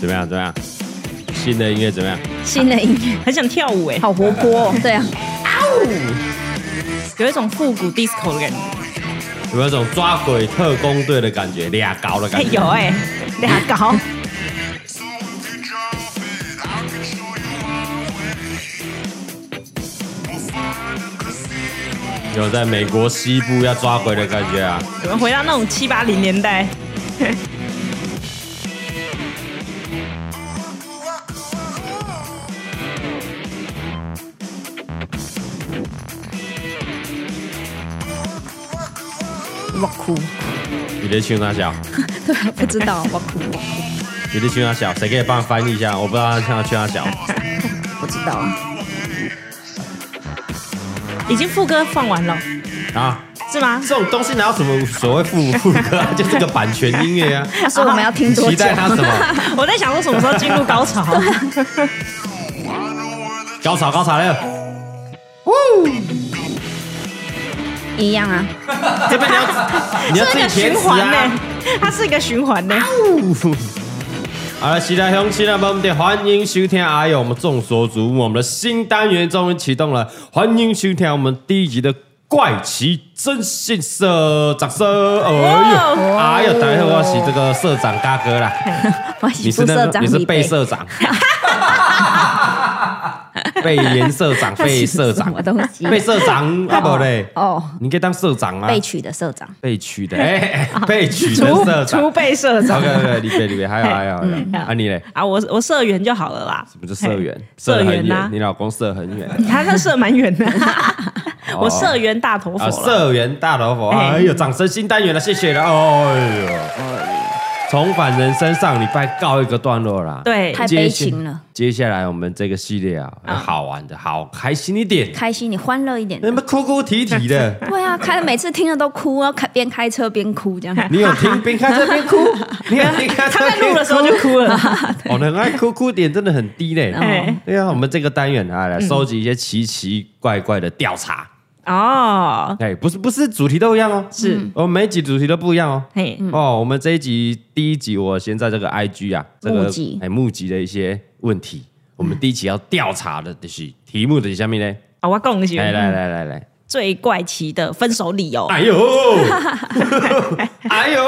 怎么样？怎么样？新的音乐怎么样？新的音乐，很想跳舞哎、好活泼、哦。 对啊，有一种复古 disco 的感觉。有没有一种抓鬼特工队的感觉，俩高的哎、感觉？有哎、俩高，哎有在美国西部要抓鬼的感觉啊！我们回到那种七八零年代，我哭，你在去哪小？对啊，不知道我哭，你在去哪小？谁可以帮我翻译一下？我不知道他去哪小。不知道啊。已经副歌放完了，啊，是吗？这种东西哪有什么所谓副副歌啊？ 就是个版权音乐 啊！他说我们要听多久？期待他什么？我在想说什么时候进入高潮， 高潮高潮了！ 一样啊，这边你要 你要是自一己填个循词环欸呢、 啊！它是一个循环 呢、 好了，期待乡亲的朋友们，欢迎收听阿友，我们众所瞩目，我们的新单元终于启动了，欢迎收听我们第一集的。怪奇真信社，掌声！哎哦呦，哇哎呦，等一下我要洗这个社长大哥啦，我你喜是副那社个长你是李被贝，社 长，被严社长，被社什长 么，东西？被社长啊不嘞，哦，你可以当社长啊，被取的社长，被取 的，哎，被取的储社储长。备社长 OK OK，李贝李贝，还有还有还有，啊你嘞？啊，我我社员就好了啦。什么叫社员嘿？啊射社得很员远，呐你，老公射得很远。他那社蛮 远的，我社社员大头哦佛啊，了。社员大老虎，哎哎呦，掌声新单元了，谢谢了，哎呦，重返人生上礼拜告一个段落啦。对，太悲情了，接下来我们这个系列啊，要好玩的，好开心一点，开心，你欢乐一点。那么哭哭啼啼 的，对啊，开每次听了都哭啊，开边开车边哭 这样。你有听边开车 边哭？你有听开车他在录的时候就哭 了。我的爱哭哭点真的很低嘞。哦嘿对啊，我们这个单元啊，来嗯收集一些奇奇怪怪的调查。哦，哎，不是不是，主题都一样哦，是我们每一集主题都不一样哦。嘿，哦，我们这一集第一集，我先在这个 IG 啊，这个募集哎募集的一些问题。我们第一期要调查的就是题目的下面呢，啊，我恭喜来来来来来，最怪奇的分手理由。哎呦， 哎哎呦，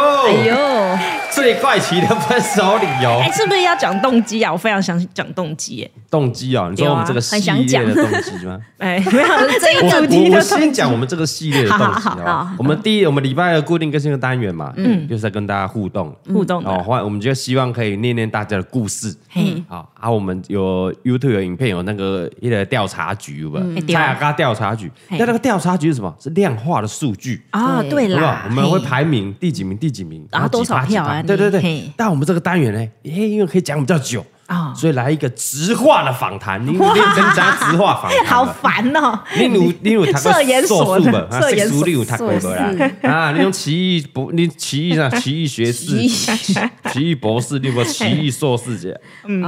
呦，最怪奇的分手理由哎，是不是要讲动机啊？我非常想讲动机耶。动机哦，你说我们这个系列的动机吗？哎， 没有，就是我这一主种题我的我先讲我们这个系列的动机好好好好不好我们第一，我们礼拜的固定更新的单元嘛，嗯，就是在跟大家互动。互动哦，的，欢，我们就希望可以念念大家的故事。嘿，好啊，我们有 YouTube 有影片，有那个一个调查局有吧，对蔡啊雅嘎调查局。嘿那那个调查局是什么？是量化的数据，啊，对对好不好啦？，我们会嘿排名第几名，第几名，然后几趴多少票啊几趴对对对嘿。但我们这个单元呢，嘿，因为可以讲比较久啊所以来一个直话的访谈，你你 增加直话访谈吧。好烦 哦。你有你有读过社研所的本，啊社研硕士所你有读过无啦？啊，你用奇异博，你奇异上奇异学士、奇异博士，你有没有奇异硕士这样？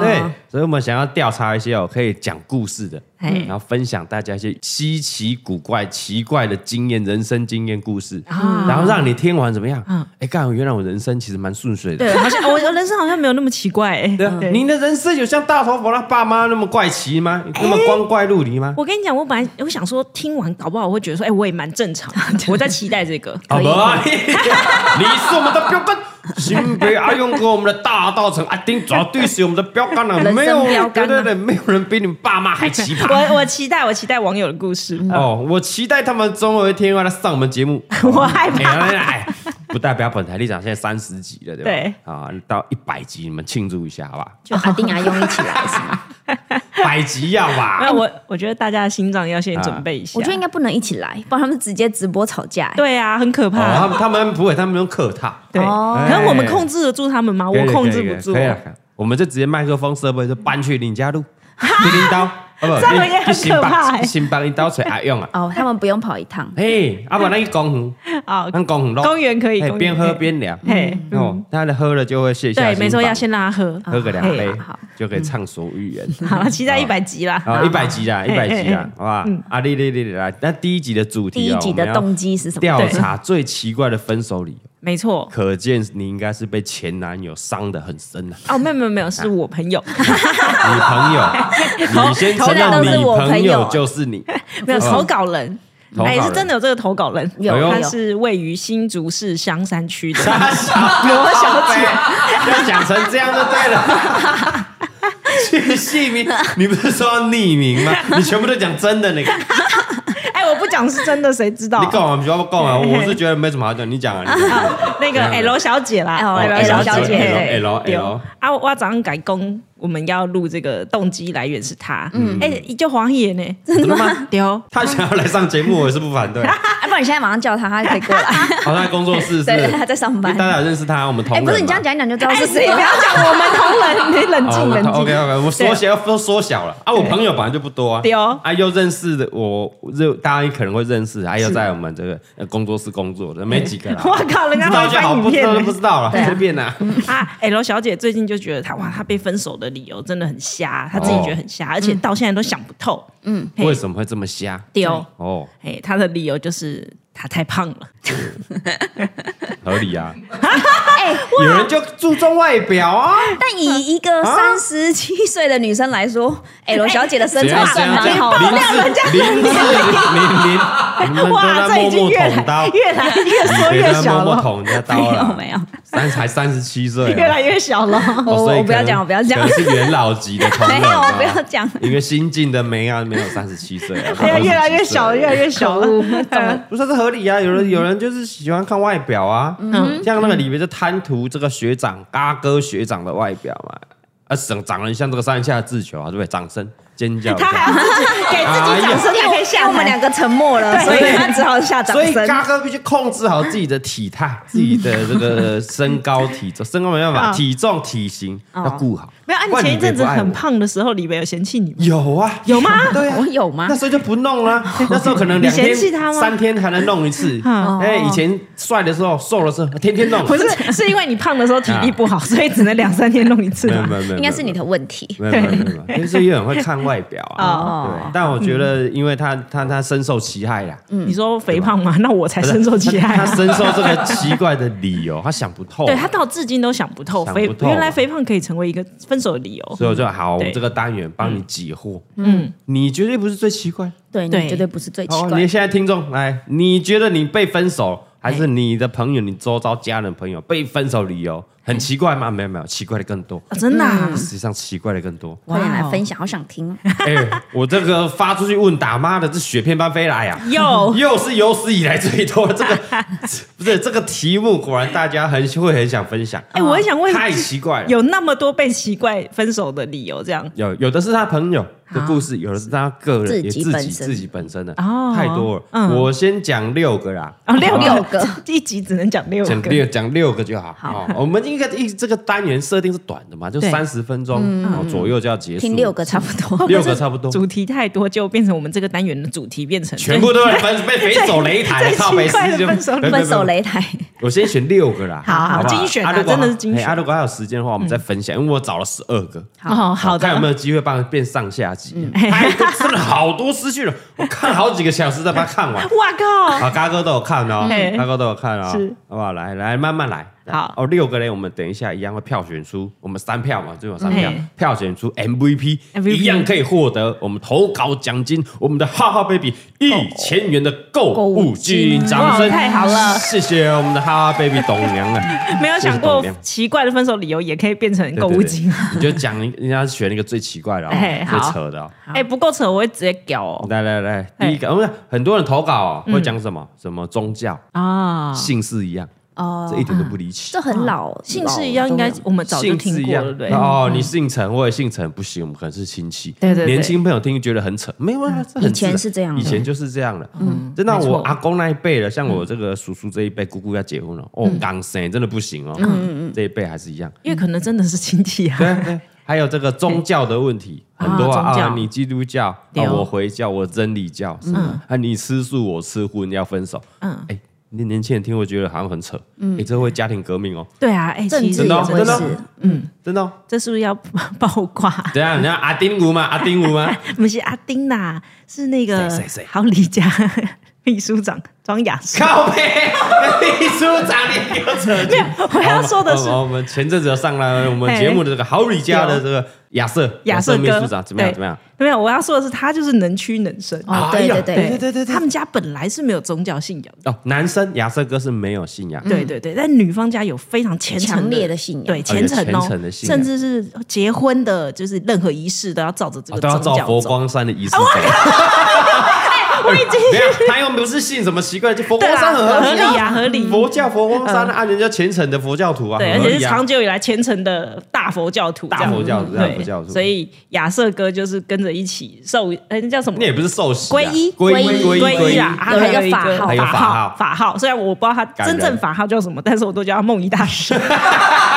对哦，所以我们想要调查一些哦，可以讲故事的，嘿然后分享大家一些稀奇古怪、奇怪的经验、人生经验故事，啊然后让你听完怎么样？哎，干，原来我人生其实蛮顺遂的。对，好像我我人生好像没有那么奇怪哎。对啊，您的人生有像大头佛他爸妈那么怪奇吗？那么光怪陆离吗？我跟你讲，我本来我想说，听完搞不好我会觉得说，哎、我也蛮正常的，我在期待这个。好可以啊不好？你你是我们的标杆，新北阿勇哥，我们的大道城阿丁绝对是我们的标杆了、人生没有标杆对啊对对，没有人比你们爸妈还奇葩。 我我期待，我期待网友的故事。嗯哦，我期待他们总有一天啊会来上我们节 目。 我害哎怕，来来来，不代表本台立场，现在三十集了，对吧？对啊，到一百集你们庆祝一下好吧？就阿丁阿用一起来是吗？百集要吧？那我我觉得大家的心脏要先准备一下。 啊我觉得应该不能一起来，不然他们直接直播吵架。对啊，很可哦，他怕。们他们不会，他们用客套。对，哦，可是我们控制得住他们吗？可以啊我了控制不住可以。啊了可以了可以了我们就直接麦克风设备就搬去林 家路，去林刀，啊不，这样也你很新北可怕欸你新北林刀找阿用啊 哦，他们不用跑一趟，嘿，啊不，那去公园， 啊，那公园咯，公园可以嘿公园边喝边聊，嘿，嗯哦，他的喝了就会卸下心对，防，没错，要先让他喝。 啊喝个两嘿嗯杯好好，就可以畅所欲言。 好了，期待一百集啦。啊，一百集啦，一嘿百集嘿啦嘿，嗯好吧？啊，你你你你来，那第一集的主第题一哦，集我们的要动机是什么？调查最奇怪的分手理由。没错。可见你应该是被前男友伤得很深啊！哦，没有没有没有，是我朋 友，你朋友，你先承认你朋友就是你，没有投稿人，嗯投稿人哎，是真的有这个投稿人，有哎呦他是位于新竹市香山区的大小罗小姐。姐， 要讲成这样就对了。去姓名，你不是说要匿名吗？你全部都讲真的那个，你哎，我不讲是真的，谁知道啊？讲完不要讲完，我是觉得没什么好讲，你讲啊。你讲啊那个 L 小姐啦哦，L 小姐对 L，L，对 L 啊，我早上改工，我们要录这个动机来源是她，嗯，哎，就黄爷呢，真的吗？对哦，他想要来上节目，我也是不反对。 啊，不然你现在马上叫他，他可以过来。好，他在工作室是不 对，是，他在上班因为。大家有认识他，我们同哎，仁不嘛。哎啊是你这样讲一讲就知道是你谁哎不了要。讲我们同仁，你冷哦静冷静。 OK OK，我缩小都缩小了啊！我朋友本来就不多啊，对哦啊又认识的我，认大家可能会认识，还有在我们这个呃工作室工作的没几个啦。我靠，人知家会道就好，翻影不知片道呢就不知道了，对啊随便啦。啊！L 小姐最近就觉得她哇，她被分手的理由真的很瞎，她自己觉得很瞎，而且到现在都想不透。嗯， 为什么会这么瞎？丢？哦，哎，她的理由就是她太胖了。合理 啊，哎， 有人就注重外表啊，但以一个三十七岁的女生来啊说，L 小姐的身怎材样怎算样？蛮好的。零四零四零零， 你们都哇，在这已默经默越捅来刀，越来越说你别越在那小默默了，捅人家刀 没有了，没有，三才三十七岁啊，越来越小了。哦我所以我不要可能讲我不要讲可能啊是元老级的朋友，没有你知道吗不要讲一个新进的梅啊，没有三十七岁啊， 哎呀，越来越小，37嗯岁越来越小 了。不是这合理啊？有人有人就是喜欢看外表啊，嗯像那个里面就贪图这个学长嘎哥学长的外表嘛，啊，长长得像这个山下智久啊，对不对？掌声尖叫一她还下。要自己给自己掌声才可以下我们两台。个沉默了，所以他只好下掌所以声。嘎哥必须控制好自己的体态、自己的这个身高、体重，身高没办法，哦体重、体型要顾好。没有，啊，不你然前一阵子别不爱很我胖的时候，李梅有嫌弃你吗？有啊，有吗对啊，我有吗那？时候就不弄啦、那时候可能两你天嫌弃他、吗三天才能弄一次。嗯哎，以前帅的时候、瘦的时候，天天弄。不是，是因为你胖的时候体力不好，所以只能两三天弄一次没有，啊。没有没有，应该是你的问题。没有。没有没有没有 没有，就是也很会看外表啊。哦对，但我觉得，因为他他他深受其害啦，你说肥胖吗？那我才不是深受其害他他啊。深受这个奇怪的理由，他想不透。啊对他到至今都想不透，想不肥透原来肥胖可以成为一个分手的理由。所以我就好，我们对这个单元帮你解惑。嗯，你绝对不是最奇怪。对对你绝对不是最奇好，怪。哦你。现在听众来，你觉得你被分手，还是你的朋友、你周遭家人朋友被分手理由很奇怪吗？没有没有，奇怪的更多。啊真的啊，实际上奇怪的更多快点来哇哦分享，好想听。哎、我这个发出去问打妈的，这雪片般飞来呀、有又是有史以来最多。这个不是这个题目，果然大家很会很想分享。哎，我也想问，太奇怪了。有那么多被奇怪分手的理由，这样有有的是他朋友的故事，有的是他个人自也己自本己身自己本身的，哦太多了。嗯我先讲六个啦，哦，六六个，一集只能讲六 讲个。六讲六个就好。好，我们应该一这个单元设定是短的嘛，就对嗯三十分钟哦左右就要结束。听六个差不多。 六个差不多，哦主题太多，就变成我们这个单元的主题变成全部都是分被分手擂台，最靠北最奇怪司的就分手 对对对分手擂台，我先选六个啦，好好不精选啊如果真的是精选哎啊，如果还有时间的话，我们再分享，因为我找了十二个。哦，好的嗯看有没有机会帮变上下集。哎，真的好多思绪了，我看了好几个小时才把它看完。哇 靠！啊，嘎哥都有看 哦嗯，嘎哥都有看哦，是好不好？来来，慢慢来。好哦，六个嘞，我们等一下一样会票选出，我们三票嘛，最后三票嗯票选出 MVP， MVP 一样可以获得我们投稿奖金，我们的哈哈 baby 一千元的购物金，掌声哇太好了谢谢我们的哈哈 baby 董娘啊， 没有想谢谢董过娘奇怪的分手理由也可以变成对购对物对金啊！你就讲人家选一个最奇怪的哦，哎最好扯的哦。哎，不够扯，我会直接屌哦来来来，哎第一个，不是很多人投稿哦嗯会讲什么什么宗教、啊！姓氏一样，哦这一点都不离奇这。很老，姓氏一样，应该我们早就姓氏哦听一过样了，对不对？嗯哦，你姓陈，我也姓陈，不行，我们可能是亲戚。对对对嗯年轻朋友听觉得很扯，没有啊，这很以前自然是这样的以前就是这样的。嗯，真的，没错嗯我阿公那一辈的，像我这个叔叔这一辈，姑姑要结婚了，哦，刚生真的不行哦，嗯嗯这一辈还是一样。 因为可能真的是亲戚啊。对对，还有这个宗教的问题哎很多啊啊宗教啊，你基督教，啊对哦我回教，我真理教，什么啊，你吃素，我吃荤，要分手。嗯嗯，哎，那年轻人听会觉得好像很扯，哎，这会家庭革命哦，对啊，哎，政其实真治的哦也会真的哦是嗯真的哦。这是不是要爆 挂？等一下，人家 阿丁舞嘛，阿丁舞嘛，不是阿丁呐，是那个谁谁谁好李家 秘书长庄雅诗。靠背，秘书长你给我扯进去。 我要说的是好，我们我们前阵子有上来我们嘿节目的这个好礼家的这个亚瑟亚瑟瑟秘哥书长怎么样？对怎么样？没有，我要说的是，他就是能屈能伸。哦，哎对呀对对对对，对对他们家本来是没有宗教信仰的，哦，男生亚瑟哥是没有信仰，对对对，但女方家有非常虔诚强烈的信仰对虔诚有哦虔诚的，信仰甚至是结婚的，就是任何仪式都要照着这哦个都要宗照教佛走。光山的仪式走。我已经，没有，他又不是信什么奇怪，就佛对光啦，山很合合理啊理啊，合理。佛教佛光山啊，人家虔诚的佛教徒啊，对，很而合且是理啊长久以来虔诚的大佛教徒，大佛教徒，这大样佛教徒，对，所以亚瑟哥就是跟着一起受，哎，那叫什么那？也不是受洗啊，皈依皈依，皈依皈皈依皈依啦，依啊还有一有一个个法号还有法法号法号。虽然我不知道他感人真正法号叫什么，但是我都叫他梦遗大师。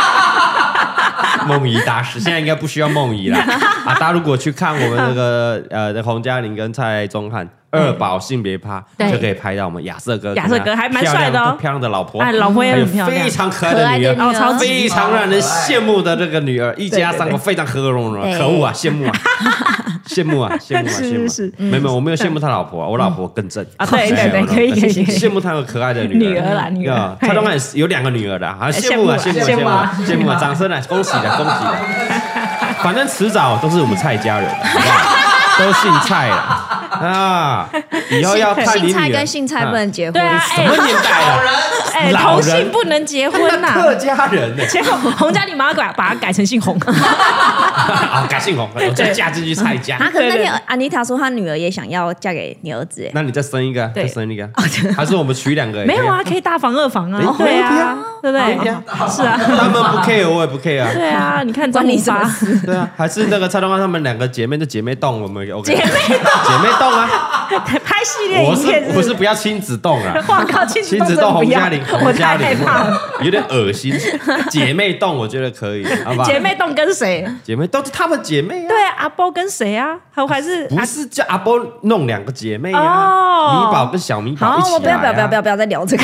梦怡大师，现在应该不需要梦 怡啦。啊，大家如果去看我们那个呃洪嘉玲跟蔡宗翰二宝性别趴，对就可以拍到我们亚瑟哥跟他嗯亚瑟哥还蛮帅的哦漂亮漂亮的老婆，哎，老婆也还有很漂亮非。常可爱的女可爱的女儿儿，哦超 级非常让人羡慕的这个女儿，一家三口非常和融融，对可恶啊，羡慕啊， 羡慕 啊，羡慕啊，是羡慕啊。是嗯没有没有，我没有羡慕他老婆啊，我老婆更正 啊对对对没有可以可以可以羡慕他有可爱的女女儿啦女儿啊嘿蔡宗翰也是有两个女儿的啊，羡慕啊，羡羡慕慕啊啊羡慕啊，羡 羡慕啊慕啊，掌声啊，恭喜 的，恭喜的。反正迟早都是我们蔡家人的，好不 好都姓蔡了啊！以后要看你姓女蔡儿跟姓蔡不能结婚， 对 啊，什么哎年代啊了？哎，老同人性不能哎结婚那 呐客。家人呢？结果洪家，你马上改把它改成姓洪。啊，改姓洪，我再嫁进去蔡家。啊，可是那哎对对天安妮塔说她女儿也想要嫁给你儿子，哎，那你再生一个啊，对再生一个啊，还是我们娶两个？没有啊，，可以大房二房啊哎，对可以啊啊，对不可以啊对？是啊，他们不 care，我也不 care 啊。对啊，你看张关你你什么发事？对啊，还是那个蔡东汉他们两个姐妹的姐妹洞，我们 OK。姐妹姐妹洞啊，拍系列我影片是我是是不要亲子洞 啊。哇靠，亲亲子子洞洞洪真的不要嘉玲，我洪嘉太害玲怕了。有点恶心。姐妹洞我觉得可以，好吧？姐妹洞跟谁？姐妹洞是他们姐妹啊，对啊，阿波跟谁啊？还还是不阿是叫阿波弄两个姐妹啊，哦米宝跟小米宝一起好，来啊我不要不要不要不要不要再聊这 个，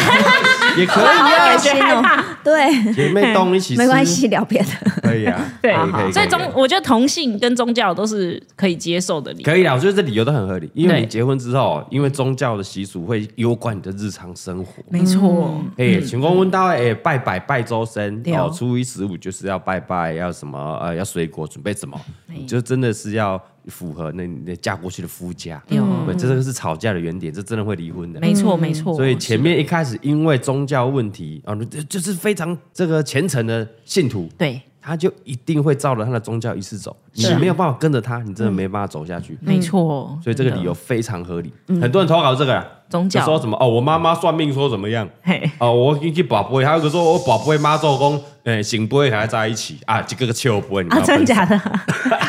也可以好啊，恶感心觉害怕哦。对，姐妹洞一起吃没关系，聊别的。可以啊，对可以可以，所以可宗，我觉得同性跟宗教都是可以接受的理由。可以啊，我觉得这理由都很合理，因为对你结婚之后，因为宗教的习俗会攸关你的日常生活。嗯没错，嗯哎，请问问到哎，拜拜拜周生对哦哦，初一十五就是要拜拜，要什么呃，要水果，准备什么，你就真的是要符合那你的嫁过去的夫家，对哦对，这个是吵架的原点，这真的会离婚的。没错，没错。所以前面一开始因为宗教问题啊，就就是非常这个虔诚的信徒，对，他就一定会照着他的宗教仪式走，你是啊没有办法跟着他，你真的没办法走下去。没错。所以这个理由非常合理，嗯很多人投稿这个啊宗教就说什么哦，我妈妈算命说怎么样嘿哦，我进去宝贝，还有一个说我宝贝妈做工，哎，醒不会还在一起啊，这个个秋不会，你们啊，要分真的手假的？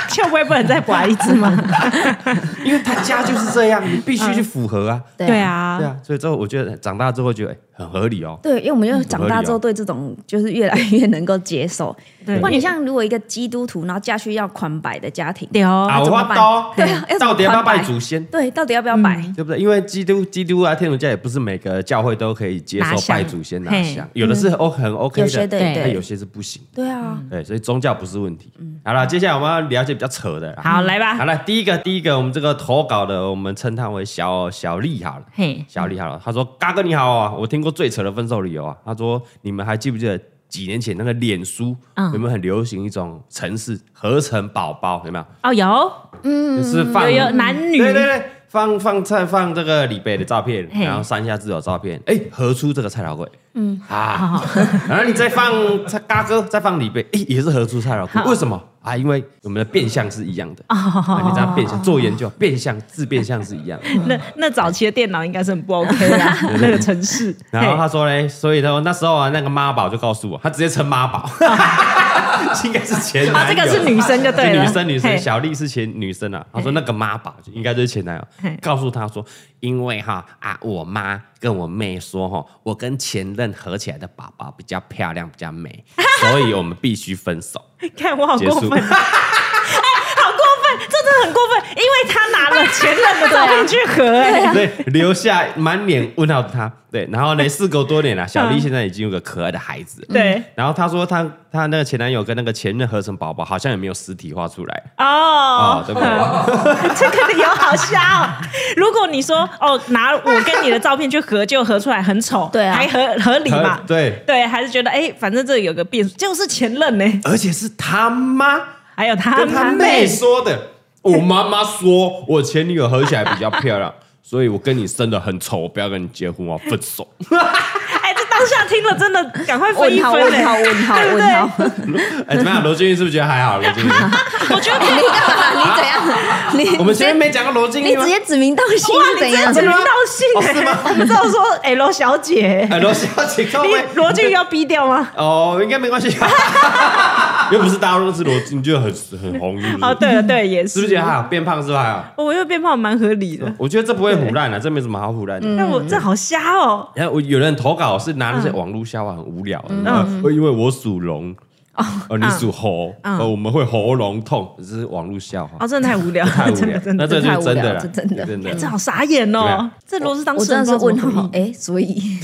就不会不能再刮一只吗？因为他家就是这 样，你必须去符合啊，对，嗯啊对，啊，所以之后我觉得长大之后觉得哎很合理哦，对，因为我们就长大之后对这种就是越来越能够接受。 对不然你像如果一个基督徒，然后嫁去要宽摆的家庭，有啊，我哦怎么花办刀，对啊要怎 么到底要不要办拜祖先？对，到底要不要摆？嗯对不对？因为基督基督啊，天主教也不是每个教会都可以接拿受香拜祖先拿嘿香，有的是 O 很 OK 嗯有的，些对对但对有些是不行。对啊，嗯对，所以宗教不是问题。好了，接下来我们要了解比较扯的啦。嗯好啊来吧好了，第一个第一个，我们这个投稿的，我们称他为小小丽好了。嘿，小丽好了，他说：“嘎哥你好啊，我听过最扯的分手理由啊。”他说：“你们还记不记得几年前那个脸书、嗯有没有很流行一种城市合成宝宝？有没有？哦，有就是放有有男女对对对，放放菜放这个李贝的照片，嘿然后山下智友照片，哎，合出这个蔡老贵，嗯啊， 然后你再放蔡嘎哥，再放李贝，哎，也是合出蔡老贵，为什么啊？因为我们的变相是一样的，哦啊你这样变相做研究，变相自变相是一样的。 那那早期的电脑应该是很不 OK 啦， 那个城市。然后嘿他说嘞，所以他说那时候啊，那个妈宝就告诉我，他直接称妈 宝， 应该是前啊，男这友。个是女 生就对是了，女生，女生嘿小丽是前女生啊。她说那个妈宝应该就是前男友嘿，告诉她说，因为哈啊，我妈跟我妹说哈，我跟前任合起来的宝宝比较漂亮，比较 美，所以我们必须分手。看我好结哦过束分，哎，好过分，这真的很过分，因为他拿了前任的照片去合、哎、 对，啊留下满脸问号的他。对，然后呢，事隔多年了，小丽现在已经有个可爱的孩子。嗯对，然后她说她她那个前男友跟那个前任合成宝宝，好像也没有实体化出来哦哦，对不对？ 这个理由好笑哦。如果你说哦，拿我跟你的照片去合，就合出来很 丑，对啊还合合理嘛合？对对，还是觉得哎，反正这有个变数，就是前任呢，而且是他妈还有他跟他妹说的。我妈妈说我前女友合起来比较漂亮，所以我跟你生的很丑，我不要跟你结婚，我要分手。哎，这当下听了真的赶快分一问分号问号哎问号对不问号对？，哎、怎么样？罗俊义是不是觉得还好？罗俊义，我觉得可以 你干嘛？你怎样？你我们前面没讲过罗俊 你义吗直？接指名道姓是怎样哇，你？真的道真姓的哦吗哎，你知道说 L 小姐，哎，罗小姐，各你位，罗俊要逼掉吗？哦，应该没关系， 又不是大陆是罗俊，就很很红，是不哦，是？对了对了，也嗯是不是是觉，得还好？变胖是不是还好？我又变胖蛮合理的。我觉得这不会胡乱的，这没什么好胡乱的。但我这好瞎哦，然后我有人投稿是拿那些网络笑话很无聊，嗯，因为我属龙，哦，你属猴，哦，我们会喉咙痛，这是网络笑话哦，， 真的太无聊，嗯 太了，无真聊的。真那的。哎这就是真的这了，真的 真这的。好傻眼对哦啊！这罗志当我事真人的是不知问道怎么号 回，哎，所以应，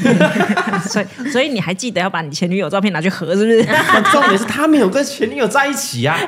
所以所以你还记得要把你前女友照片拿去合，是不是？嗯对但重点是他没有跟前女友在一起啊，呀、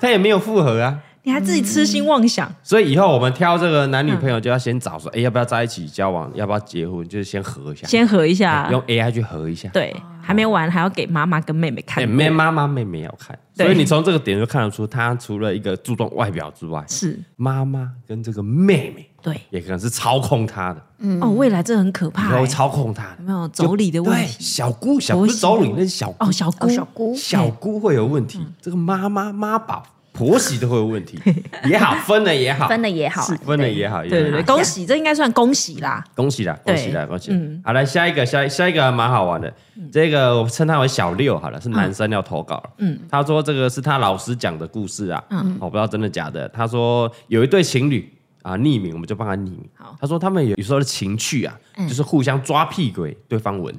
他也没有复合啊，你还自己痴心妄想，所以以后我们挑这个男女朋友就要先找说，哎，要不要在一起交往，要不要结婚，就是先合一下，先合一下。用 AI 去合一下。对，还没完，还要给妈妈跟妹妹看哎，过。妹妈妈妹妹要看，所对以你从这个点就看得出，他除了一个注重外表之外，是，妈妈跟这个妹妹对，也可能是操控他的，嗯哦，未来这很可以怕、后会欸，操控他的有，没有妯娌的问对，题？小姑小婆不是媳妯娌，那是小哦，嗯小姑，哦小姑小姑会有问题，这个妈妈妈宝婆媳都会有问题，也好分了也好，分的也好啊，分了也好，对对也对，好恭喜，这应该算恭喜啦。恭喜啦，对恭喜啦，恭喜！好来，下一个，下一下一个还蛮好玩的，这个我称他为小六好了，是男生要投稿了。嗯，他说这个是他老师讲的故事啊，嗯，我不知道真的假的。他说有一对情侣啊，匿名，我们就帮他匿名好。他说他们有有时候的情趣啊，就是互相抓屁股，对方闻，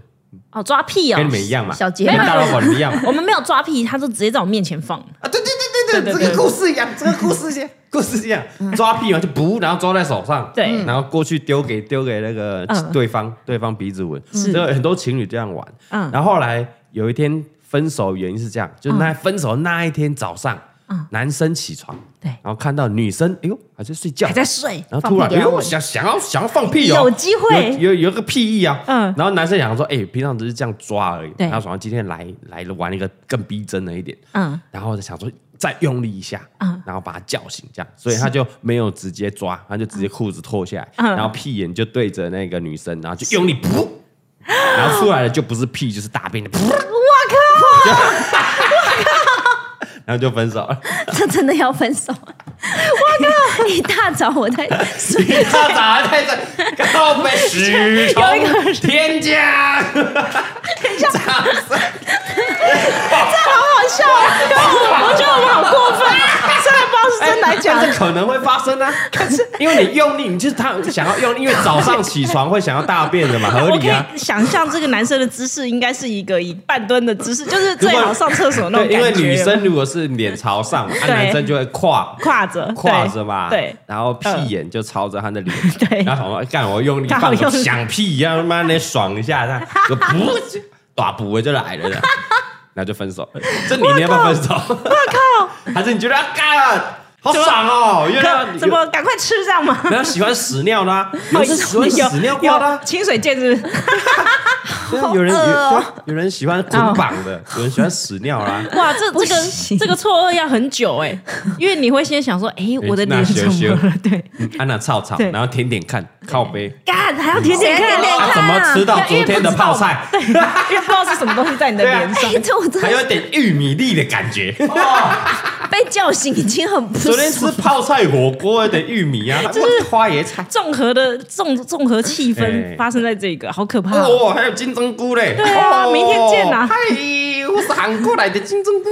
哦，抓屁哦跟你，们一样嘛，小节跟目大老板一样嘛。我们没有抓屁，他就直接在我面前放。啊，对对对对对对，对这个故事一样，这个故事一样， 嗯故事一样，抓屁嘛就不，然后抓在手上，对然后过去丢给丢给那个嗯对方，对方鼻子闻，这个很多情侣这样玩，嗯然后后来有一天分手原因是这样，就是那分手那一天早上，男生起床，嗯对然后看到女生，哎呦还在睡觉，还在睡，然后突然，放屁哎给他呦，闻想想要想要放屁哦，有机会有有有个屁意啊，嗯嗯，然后男生想说，哎，平常只是这样抓而已，对然后想到今天来来了玩一个更逼真了一点，嗯，然后想说再用力一下，嗯然后把他叫醒，这样，所以他就没有直接抓，他就直接裤子脱下来，嗯然后屁眼就对着那个女生，然后就用力噗，然后出来了就不是屁就是大便的噗，我靠， 然后就分手了。这真的要分手。我 靠！一大早我 在睡一大早还在这告白时 有一个从天降，好笑，我觉得我们好过分，虽然不知道是真的还是假哎这的。可能会发生啊！可是因为你用力，你就是他想要用力，因为早上起床会想要大便的嘛，合我理啊。可以想象这个男生的姿势应该是一个以半蹲的姿势，就是如最果好上厕所那对，种因为感觉。女生如果是脸朝上嘛，啊、对男生就会跨跨着跨着嘛，对，然后屁眼就朝着他的脸， 对然后想说哎干我用力刚放好个用力响屁一样，他妈的爽一下，这样 就噗，打补就来了，这样然后就分手了。这你你要不要分手？我靠，还是你觉得啊干好爽哦？原来可怎么赶快吃这样吗？没有喜欢屎尿的、 啊，有人喜欢屎尿挂的、有啊，清水剑是不是？对啊有人有 哦恶有人喜欢捆绑的，有人喜欢屎尿啊啦、哇，这不这个行这个错愕要很久哎、因为你会先想说，哎、我的那脸羞怎么羞了？对，嗯安娜操操，对然后舔舔看，靠背。干还要舔舔谁看啊舔，舔他啊怎么吃到昨天的泡菜？因为不知道是什么东西在你的对啊脸上。哎，这我真还有的点玉米粒的感觉。被叫醒，已经很不昨天舒吃服。泡菜火锅有点玉米啊，就是花椰菜。综合的综综合气氛哎发生在这个，好可怕哦、哦，还有金针菇嘞！对啊哦明天见啊嗨呦，我是韩国来的金正部。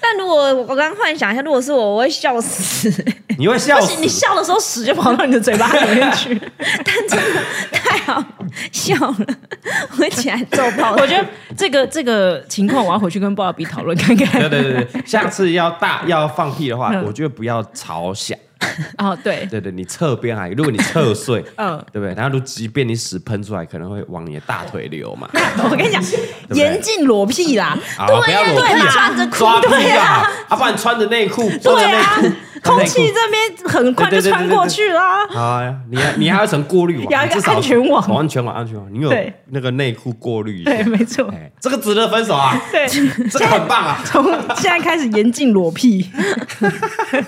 但如果我刚幻想一下，如果是我，我会笑死。 你会笑不是你死，笑的时候屎就跑到你的嘴巴里面去。但真的太好笑了，我会起来揍爆 我觉得这个这个情况，我要回去跟鲍尔比讨论看看。对对对对，下次要大要放屁的话，嗯我觉得不要朝下，哦，对，对对，你侧边啊还，如果你侧睡，嗯对不对？然后如即便你屎喷出来，可能会往你的大腿流嘛。我跟你讲，对严禁裸屁啦，啊，对不要呀裸对屁啦啊，穿着裤抓对屁啊啊，啊，不然穿着内裤，穿对着内啊裤，，穿着空内气裤。这边很快就穿过去啦。好啊，你还你还要层过 滤网，要一个至少安全网哦安全网，安全网，你有对那个内裤过滤一下。对，没错，哎，这个值得分手啊，对， 这个很棒啊。从现在开始严禁 裸屁，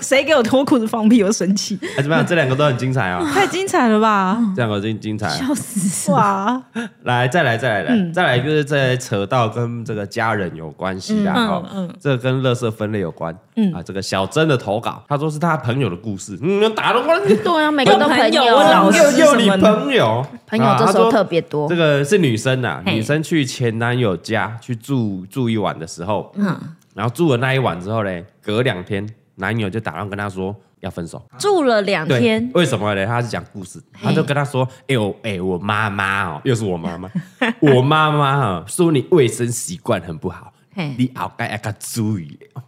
谁给我脱裤子放屁，我生气，哎，怎么样？这两个都很精彩 啊，太精彩了吧！这两个真精彩啊。笑死。哇，来，再来，再来，嗯来，再来，就是再扯到跟这个家人有关系的哈嗯嗯，这个跟垃圾分类有关。啊，这个小珍的投稿，她说是她朋友的故事，嗯，打了我的对啊，每个都朋有朋友 我老是又又什你么呢朋友，朋友啊这时她说候特别多这，个是女生呐、啊，嘿女生去前男友家去住住一晚的时候，嗯，然后住了那一晚之后嘞，隔两天男友就打算跟她说要分手。住了两对天，，为什么嘞？他是讲故事，他就跟她说：“哎、呦，哎、我妈妈哦，又是我妈 妈，我妈妈啊，说你卫生习惯很不好，嘿你好该要个注意。啊”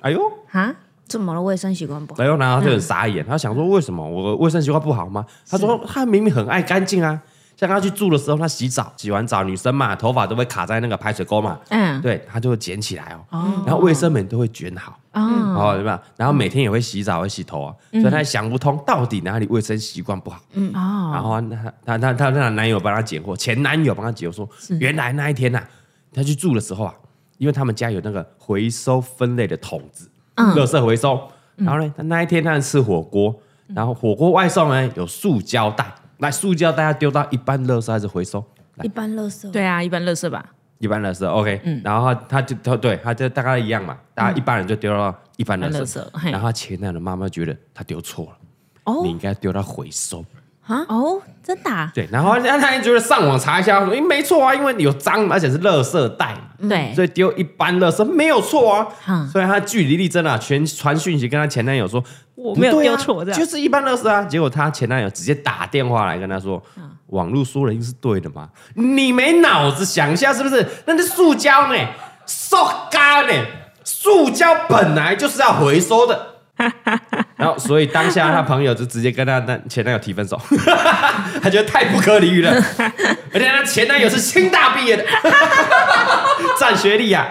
哎呦，哎啊，怎么了？卫生习惯不好？然后呢，他就很傻嗯眼，他想说为什么我卫生习惯不好吗？他说他明明很爱干净啊，像他去住的时候，他洗澡，洗完澡女生嘛，头发都会卡在那个排水沟嘛，嗯，对，他就会捡起来哦，然后卫生棉都会卷好。嗯哦，哦，对吧？然后每天也会洗澡，会洗头啊，所以他想不通到底哪里卫生习惯不好。哦，然后她她她她她男友帮她解惑，前男友帮她解惑说，原来那一天呐、啊，她去住的时候啊，因为他们家有那个回收分类的桶子，嗯，垃圾回收。然后呢，她那一天她吃火锅，然后火锅外送呢有塑胶袋，那塑胶袋要丢到一般垃圾还是回收？来一般垃圾，对啊，一般乐色吧，一般垃圾，OK，、然嗯后他他就他对他就大概一样嘛，大家一般人就丢到一般垃圾，一般垃圾嘿然后他前男友的妈妈觉得他丢错了，哦你应该丢到回收，啊，哦，真的啊，对，然后他他也觉得上网查一下，说，诶，没错啊，因为你有脏嘛，而且是垃圾袋嘛，对所以丢一般垃圾没有错啊，嗯所以他据理力争啊，全传讯息跟他前男友说我没有不对啊丢错这样就是一般垃圾啊，结果他前男友直接打电话来跟他说，网络说的一定是对的嘛，你没脑子想一下是不是？那是塑胶呢，塑胶呢，塑胶本来就是要回收 的。然后，所以当下他朋友就直接跟他男前男友提分手， 他觉得太不可理喻了， 而且他前男友是清大毕业的， 占学历啊，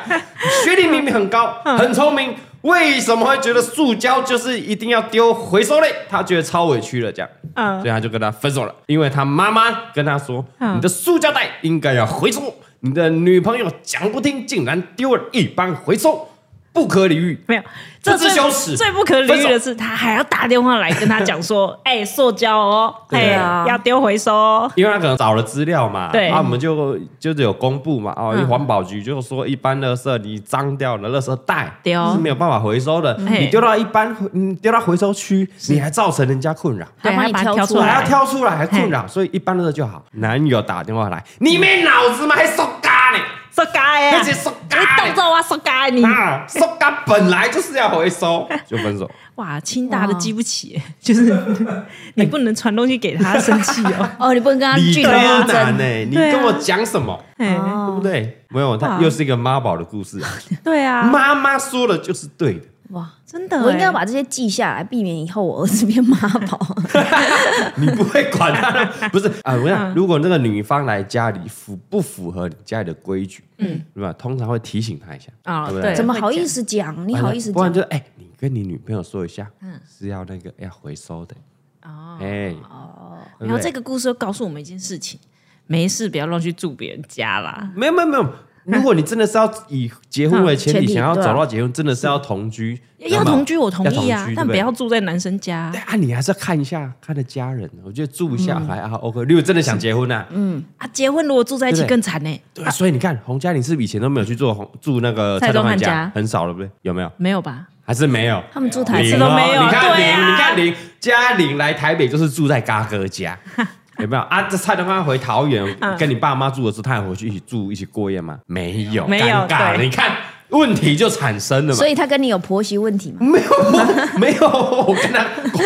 学历明明很高，嗯很聪明，为什么会觉得塑胶就是一定要丢回收类？他觉得超委屈了，这样，嗯所以他就跟他分手了，因为他妈妈跟他说，嗯你的塑胶袋应该要回收，你的女朋友讲不听，竟然丢了一般回收，不可理喻。没有，这最是羞耻最不可理喻的是，他还要打电话来跟他讲 说：“哎，塑胶哦，对哎啊，要丢回收哦。因为他可能找了资料嘛，对嗯然后我们就就是有公布嘛，哦，环保局就说一般垃圾你脏掉了，垃圾袋丢嗯是没有办法回收的，嘿你丢到一般你丢到回收区，你还造成人家困扰。还帮你啊把它挑挑出出我还来要挑出来，还困扰，所以一般垃圾就好。男友打电话来，你没脑子吗？还塑胶呢？塑胶哎，而且塑胶你动呢作啊，塑胶你啊，塑胶本来就是要回 收，就分手。哇，清大的激不起，就是 你不能传东西 给他，生气哦。哦，你不能跟他理据科理力男呢争，？你对啊跟我讲什么？哎，对不哦，对？没有，他哇又是一个妈宝的故事啊。对啊，妈妈说的就是对的。哇，真的，欸我应该要。把这些记下来，避免以后我儿子变妈宝。 你不会管他的，不是啊？我嗯想，如果那个女方来家里符不符合你家里的规矩，嗯，对吧？通常会提醒她一下啊对不对怎么好意思讲？你好意思不然讲？就哎，你跟你女朋友说一下，嗯是要那个要回收的，哦哎，对不对然后哦这个故事又告诉我们一件事情：没事，不要乱去住别人家啦。没有没有没有。嗯如果你真的是要以结婚为前嗯前提，提想要对啊走到结婚，真的是要同居，要同居我同意要啊同居，对不但不对要住在男生家对啊，你还是要看一下他的家人，我觉得住一嗯下还啊 OK。如果真的想结婚啊，啊。结婚如果住在一起对更惨欸呢？对啊，所以你看，洪嘉玲是不是以前都没有去做洪住那个蔡蔡宗宗汉汉家家，很少了，对不对？有没有？没有吧？还是没有？他们住台哎零北次都没有哦啊你看对零，啊 你看零，嘉玲来台北就是住在嘎哥家，有没有啊？这蔡东刚回桃园嗯跟你爸妈住的时候，他有回去一起住、一起过夜吗？没有，没有尴尬。对你看问题就产生了嘛所。以他跟你有婆媳问题吗？嗯没有，我没有，我跟他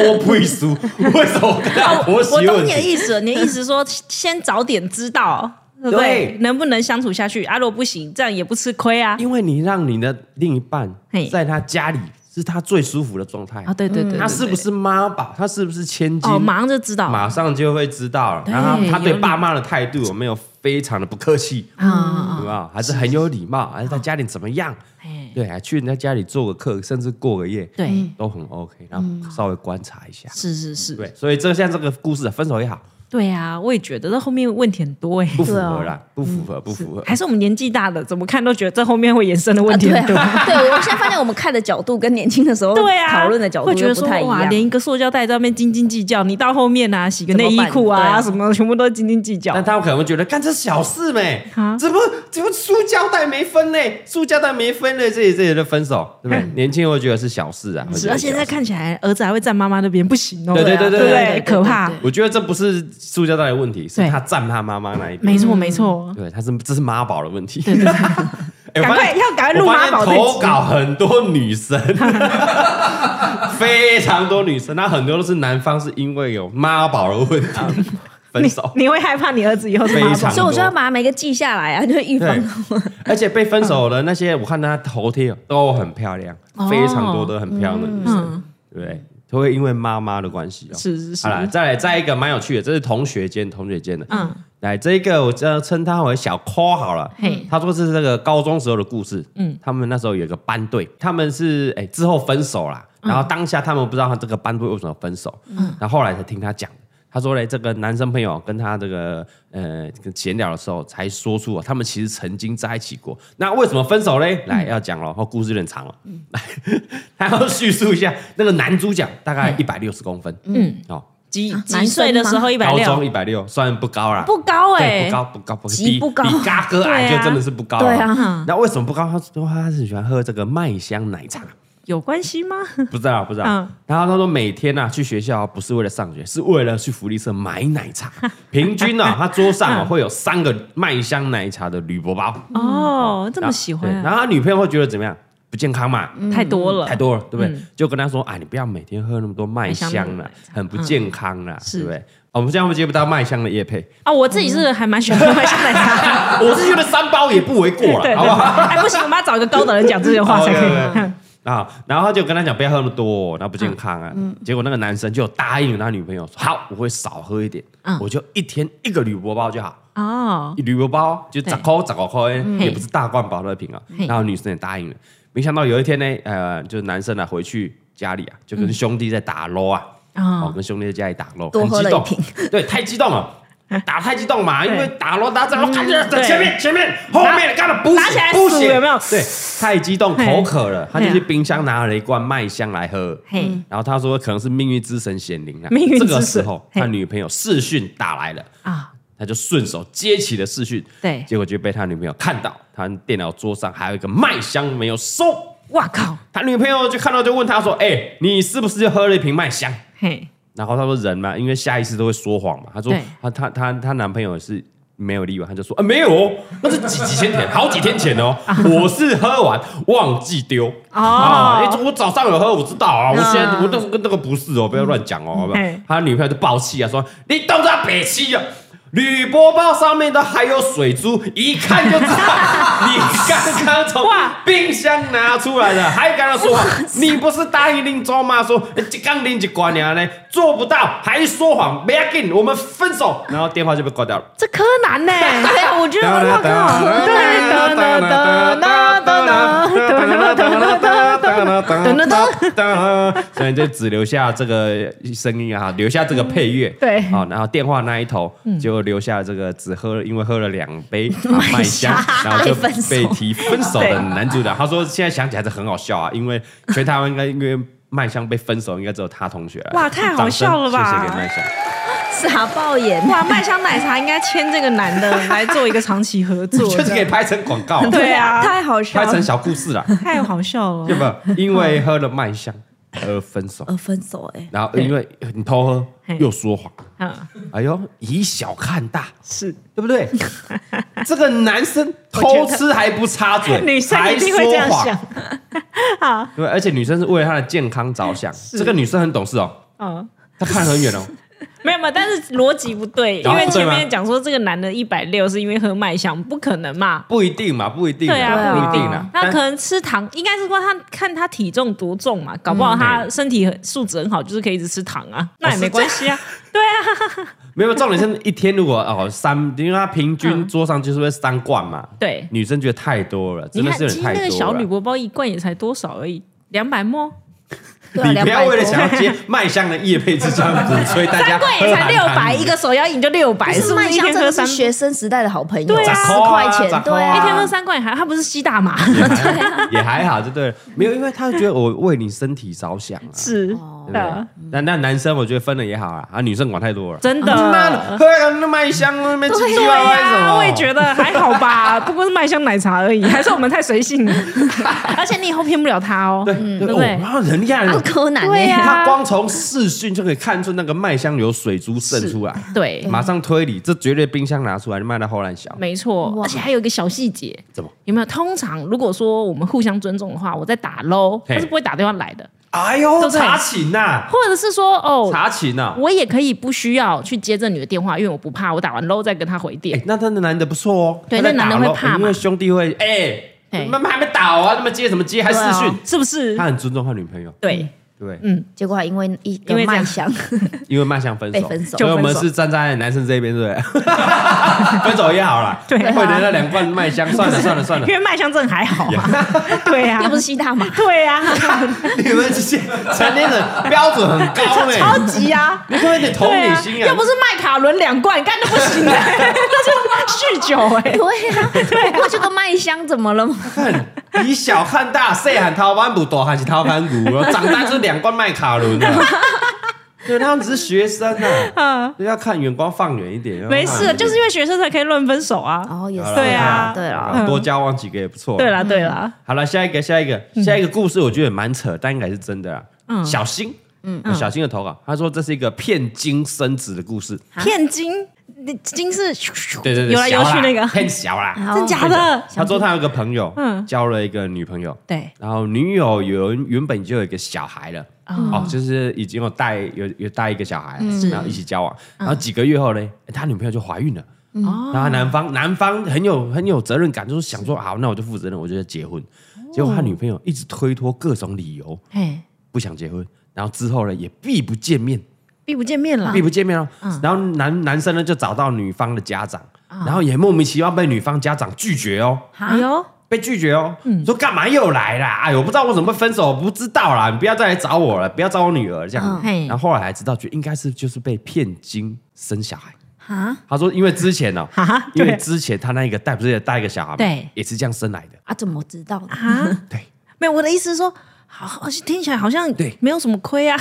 我不会 输，为什么我跟他哦，婆我媳懂问你的题？意思了，你的意思说先早点知道，对不对对？能不能相处下去？啊，如果不行，这样也不吃亏啊。因为你让你的另一半嘿在他家里是他最舒服的状态啊，，对对对对他嗯是不是妈宝？他是不是千金？哦，马上就知道马上就会知道了。对然后他对有理爸妈的态度有没有非常的不客气？啊？对吧？还是很有礼貌，还是在家里怎么样？哎，对，还去人家家里做个客，甚至过个夜，对，嗯都很 OK。然后稍微观察一下，是是是，对，所以这像这个故事，分手也好，对啊，我也觉得这后面问题很多哎。不符对合啊啦，不符合，不符合。还是我们年纪大了，怎么看都觉得这后面会衍生的问题对很多。对，我现在发现我们看的角度跟年轻的时候啊对啊，哦讨论的角度会觉又得不说太一哇，样。连一个塑胶袋在那边斤斤计较，你到后面啊，洗个内衣怎裤么办对啊，啊什么全部都斤斤计较但。他们可能会觉得，干这小事没，嗯怎么怎么塑胶袋没分呢？塑胶袋没分呢，这里这里就分手，对不对？年轻人会觉得是小事啊，会觉嗯是，得而且小现在事看起来儿子还会站妈妈那边，不行哦。对对对对对对不对对可怕对。对我觉得这不是塑胶袋的问题，是对他占他妈妈那一边。没嗯错没错，对，他是这是妈宝的问题。对 对对哎我赶发快现要赶快录我妈宝发这现投一集。稿很多女生， 非常多女生，那很多都是男方是因为有妈宝的问啊题分手。你会害怕你儿子以后是妈非常宝？所以我就要把每个记下来啊，就预防对。，而且被分手的那些，我看他头贴都很漂亮，哦非常多都很漂亮的女生，嗯，对，都会因为妈妈的关系哦。是是是好，了，再来再一个蛮有趣的，这是同学间同学间的，嗯，来，这个我叫称他为小 call 好了。嘿他说是这个高中时候的故事。嗯嗯，他们那时候有一个班队，他们是哎、之后分手啦，嗯然后当下他们不知道他这个班队为什么分手，嗯，然后后来才听他讲。他说哎嘞，这个男生朋友啊跟他这个呃闲聊的时候，才说出他们其实曾经在一起过。那为什么分手嗯嘞？来要讲了，哦，故事有点长了。来，他要叙述一下那个男主角大概一百六十公分，嗯，哦，几男几岁生的吗时候一百高中六一百六，虽然不高啦，不高对，哎不，高不高不极比不高比嘎哥矮对啊就真的是不高、对嗯啊。那为什么不高？他说他是喜欢喝这个麦香奶茶，有关系吗？不知道不知道。嗯然后他说每天啊去学校不是为了上学，是为了去福利社买奶 茶。平均啊，他桌上啊会有三个麦香奶茶的铝箔包。哦，这这么喜欢嗯啊，然后他女朋友会觉得怎么样？不健康嘛，嗯太多了，太多了，对不对？就跟他说啊，你不要每天喝那么多麦嗯麦香香奶了茶，嗯很不健康啦，是对不对？哦我们这样会接不到麦香的叶配，啊！我自己是还蛮喜欢 麦香奶茶，我是觉得三包也不为过对了，好不好？哎，不行，我们要找一个高等人讲这些话才 可 OK，OK，OK 以。啊，然后他就跟他讲不要喝那么多，然后不健康啊。嗯结果那个男生就答应他女朋友说好，我会少喝一点，嗯我就一天一个铝箔包就好， 哦，铝箔包就十对块十五块，也嘿不是大罐保乐瓶啊。嘿然后女生也答应了，没想到有一天呢，呃，就是男生啊回去家里啊，就嗯跟兄弟在打捞啊，哦哦，跟兄弟在家里打捞，多很喝激了一动瓶，对，太激动 了。打太激动嘛，因对嗯为打咯打怎么看着对前面前面后面干了不拿起来不数行有没有对，太激动嘿口渴了，他就嘿啊去冰箱拿了一罐麦香来喝。嘿，然后他说可能是命运之神显灵了。啊命运这之神个时候嘿他女朋友视讯打来了，啊，他就顺手接起了视讯，对结果就被他女朋友看到，他电脑桌上还有一个麦香没有收。哇靠，他女朋友就看到就问他说：“哎、你是不是就喝了一瓶麦香？”嘿，然后他说人嘛，因为下意识都会说谎嘛。他说对他他他他男朋友是没有例外，他就说啊没有哦，那是几 几千天，好几天前 哦，我是喝完忘记丢哦啊，因为我早上有喝，我知道啊，我现在嗯我那跟那个不是哦，不要乱讲哦，好不好嘿？他女朋友就爆气啊，说你动作北气啊。铝箔包上面都还有水珠，一看就知道你刚刚从哇冰箱拿出来的，还跟他说谎，你不是答应林周妈说欸一刚拎一罐娘呢，做不到还说谎，不要紧，我们分手，然后电话就被挂掉了。这柯南呢？对啊， 我觉得我靠，所以就只留下这个声音啊，留下这个配乐。对好，然后电话那一头嗯就留下这个只喝了，因为喝了两杯 啊麦香，然后就被提分手的男 主角。他说现在想起来是很好笑啊，因为全台湾应该因为麦香被分手，应该只有他同学。啊哇太好笑了吧掌声谢谢给 麦香。傻爆眼。哇，麦香奶茶应该签这个男的来做一个长期合作，就是可以拍成广告啊，对啊太好笑拍成了。小故事啦， 太好笑了 对。吧？因为喝了麦香，而分手，而分手哎、然后因为你偷喝嗯嘿又说谎，嗯，哎呦，以小看大，是对不 对？这个男生觉偷得吃还不插嘴， 女生还一定会说这样谎想，对，而且女生是为了她的健康着 想，这个女生很懂事哦，嗯。她看得很 远哦，没有嘛，但是逻辑不对，哦因为前对吗面讲说这个男的一百六是因为喝麦香，不可能嘛。不一定嘛，不一定嘛，对啊对啊不一定啦。那但可能吃糖，应该是说他看他体重多重嘛，搞不好他身体很素质很好，就是可以一直吃糖啊，那也没关系啊。没有重点是一天如果哦三，因为她平嗯均桌上就是会三罐嘛，对，女生觉得太多了，真你的看是有今点天太那个小多铝了。箔包一罐也才多少而已，两 百沫，对啊，你不要200为了多想要接 麦香的叶配之上鼓吹大家喝罐也才六百，一个，个手摇饮就六百，是不是麦一香天真喝的三是学生时代的好朋友，对啊十块杂钱，扣啊对啊，杂扣啊一天喝三罐也还，他不是吸 大麻 也还好，就对了。没有，因为她觉得我为你身体着想啊，是哦对不对的，？那那男生我觉得分了也好啊，啊，女生管太多了。啊真的。妈的，喝了嗯那麦香，那边唧唧歪歪什么？啊我也觉得还好吧， 不过是麦香奶茶 而已，还是我们太随性了。而且你以后骗不了他哦。对对对不哦，对然后人家啊柯南对欸啊他光从视讯就可以看出那个麦香有水珠渗出来，对，马上推理，这绝对冰箱拿出来就卖到后来小。没错，哇而且还有一个小细节，怎么？有没有？通常如果说我们互相尊重的话，我在打 low，嘿他是不会打电话来的，哎呦，对不对查寝呐，或者是说哦，查寝啊呐！我也可以不需要去接这女的电话，因为我不怕，我打完 low 再跟他回电哎，。那他的男的不错哦，对他在那男的打咯会怕嘛因为兄弟会哎嘿，妈妈还没打啊，他们接什么接，还视对啊嗯讯，嗯是不是他？很尊重他女朋友，对，对，结果还因为一个因为这样麦香，因为麦香分手，被分手所以我们就分手是站在男生这边，对不 对？分手也好啦，对啊会的那两罐麦香，算了算了算了因，为麦香正还好啊。 对呀又不，是吸大麻，对啊呀，你们这些成年人标准很高超呢，级啊。你可不可以同对理啊，心啊？又不是麦卡伦两罐，干都不行啊的， 这是酗酒哎、对啊，不过就个麦香怎么了嘛？ 看以小看大，细喊掏班骨，大喊是掏班骨，长大就是两罐麦卡伦了。对，他们只是学生啊，要看眼光放远一点。嗯哦没事，嗯就是因为学生才可以乱分手啊。哦，也是好啦对啊对啦，为多交往几个也不错。对啦，对啦，嗯好了，下一个，下一个，下一个故事，我觉得也蛮扯，但应该是真的啦。嗯小新，嗯，小新的投稿，他说这是一个骗精生子的故事。啊骗金，金是对对对，游来游小去啦那个，骗小啦。好 真假的？他说他有个朋友，嗯交了一个女朋友，对，然后女友有原本就有一个小孩了，哦嗯哦，就是已经有带有有带一个小孩，是然后一起交往，然后几个月后呢，诶他女朋友就怀孕了。然哦，后男方男方很有很有责任感，就是想说好，那我就负责任，我就要结婚。哦结果他女朋友一直推脱各种理由，嘿，不想结婚，然后之后呢也避不见面，避不见面了避，不见面哦。嗯啊然后男男生呢就找到女方的家长，然后也莫名其妙被女方家长拒绝哦，哎呦，被拒绝哦。嗯说干嘛又来啦？哎呦，我不知道我怎么分手，我不知道啦，你不要再来找我了，不要找我女儿这样。嗯嘿然后后来才知道，就应该是就是被骗精生小孩。啊他说，因为之前呢、哈哈因为对之前他那个带不是也带一个小孩嘛，对也是这样生来的。啊，怎么知道的？啊，对，没有，我的意思是说。好，好像听起来好像对没有什么 亏啊。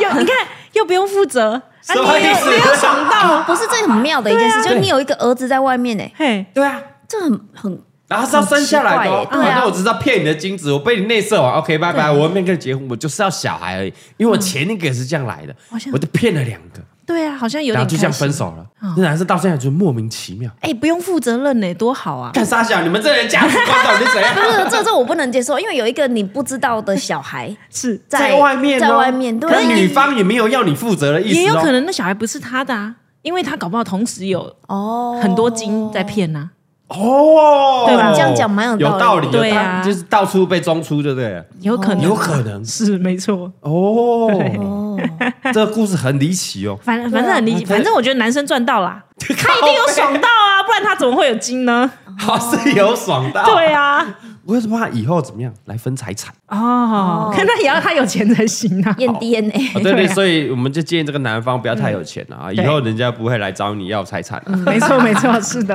又你看，又不用负责，啊，什么你也意思没有想到，啊不是这很妙的一件事，就对你有一个儿子在外面哎，嘿，对啊，这很很然后是要生下来的、哦，很奇怪耶对啊那我只知道骗你的精子，我被你内射完，OK，拜拜，我没跟你结婚，我就是要小孩而已，因为嗯我前一个也是这样来的，好像我就骗了两个，对啊，好像有然点后就这样开心嗯分手了。那男生到现在就莫名其妙，哎、不用负责任呢、多好啊！干啥小？你们这人价值观到底是怎啊样不？是 这这我不能接受，因为有一个你不知道的小孩是，在外面哦，在外面，对可是女方也没有要你负责的意也思有可哦。能那小孩不是他的啊，因为他搞不好同时有哦，很多金在骗啊呐、哦，对吧你这样讲蛮有有道道理理的，的对啊他就是到处被中出，对不对了？有可能，有可能是没错。哦，哦，这个故事很离奇哦。反正反正很理解，反正我觉得男生赚到啦， 他一定有爽到啊，不然他怎么会有金呢？好是有爽到，对啊，我也是怕以后怎么样来分财产。哦，可那也要他有钱才行啊。验 DNA 啊，对对，对啊所以我们就建议这个男方不要太有钱了啊，以对后人家不会来找你要财产了。 没错没错，是的，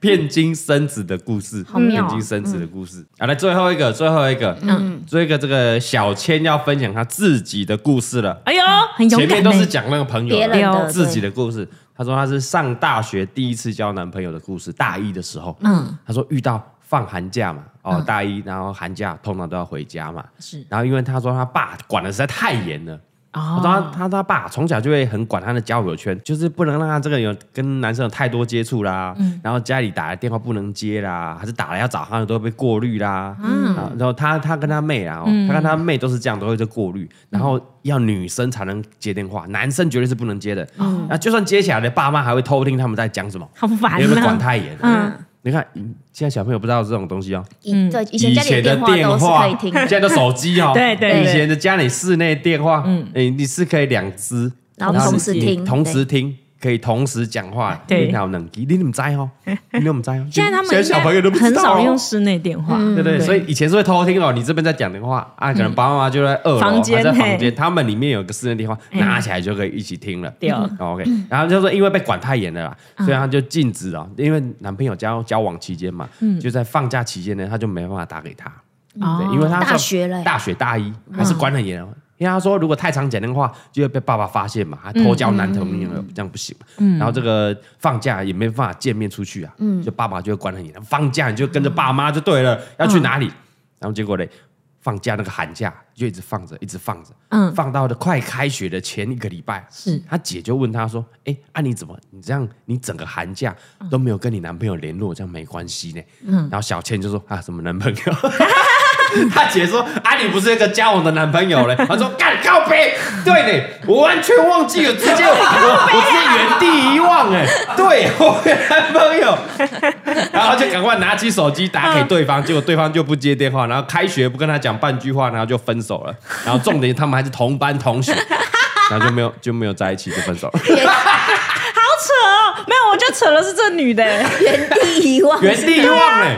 骗金生子的故事，好妙骗哦金生子的故事啊，来最后一个，最后一个，嗯，最后一个这个小千要分享他自己的故事了。哎呦，很勇前敢、欸。面都是讲那个朋友别了人有的自己的，的故事，他说他是上大学第一次交男朋友的故事，大一的时候，嗯他说遇到放寒假嘛，哦，大一，然后寒假通常都要回家嘛。是然后因为他说他爸管的实在太严了。他哦说他他他爸从小就会很管他的交友圈，就是不能让他这个有跟男生有太多接触啦，嗯然后家里打来电话不能接啦，还是打来要找他的都会被过滤啦。嗯，啊然后他他跟他妹啊，哦他跟他妹都是这样，都会在过滤，嗯然后要女生才能接电话，男生绝对是不能接的。那就算接起来的，爸妈还会偷听他们在讲什么，好嗯烦啊因为管呐。太严。嗯，你看，嗯现在小朋友不知道这种东西哦，以对以前家里的电话以前的都是可以现听的，在的手机哦，对对以对前的家里室内电话，嗯，你你是可以两只，然后同时你听同时听。可以同时讲话，对你好能机，你怎么知道哦？你怎么知道哦？现在他们现在应该小朋友都不知很道哦少用室内电话，对对，所以以前是会偷听哦，你这边在讲电话啊，可能爸爸妈妈就在二楼房间还在房嘿间，哦他们里面有个私人电话，拿起来就可以一起听了。对哦 OK，然后就说因为被管太严了啦，所以他就禁止哦，因为男朋友交交往期间嘛，就在放假期间呢，他就没办法打给他，哦对，因为他大学了欸大学大一还是管很严哦。因为他说，如果太常讲电话，就会被爸爸发现嘛，还偷交男朋友，这样不行嘛。然后这个放假也没办法见面出去啊，就爸爸就会管很严。放假你就跟着爸妈就对了，要去哪里？然后结果嘞，放假那个寒假就一直放着，一直放着，嗯放到了快开学的前一个礼拜，是他姐就问他说：“哎、啊你怎么你这样，你整个寒假都没有跟你男朋友联络，这样没关系呢？”然后小倩就说：“啊，什么男朋友？” 他姐说：“啊，你不是一个交往的男朋 友嘞？”他说：“干告别，对嘞，我完全忘记了，直接 我啊我直接原地遗忘哎，对我有男朋友。” 然后就赶快拿起手机打给对方，结果对方就不接电话，然后开学不跟他讲半句话，然后就分手了。然后重点是他们还是同班同 学，然后就没有就没有在一起就分手了，好扯哦！没有，我就扯的是这 女的，原地遗忘，原地忘啊嘞、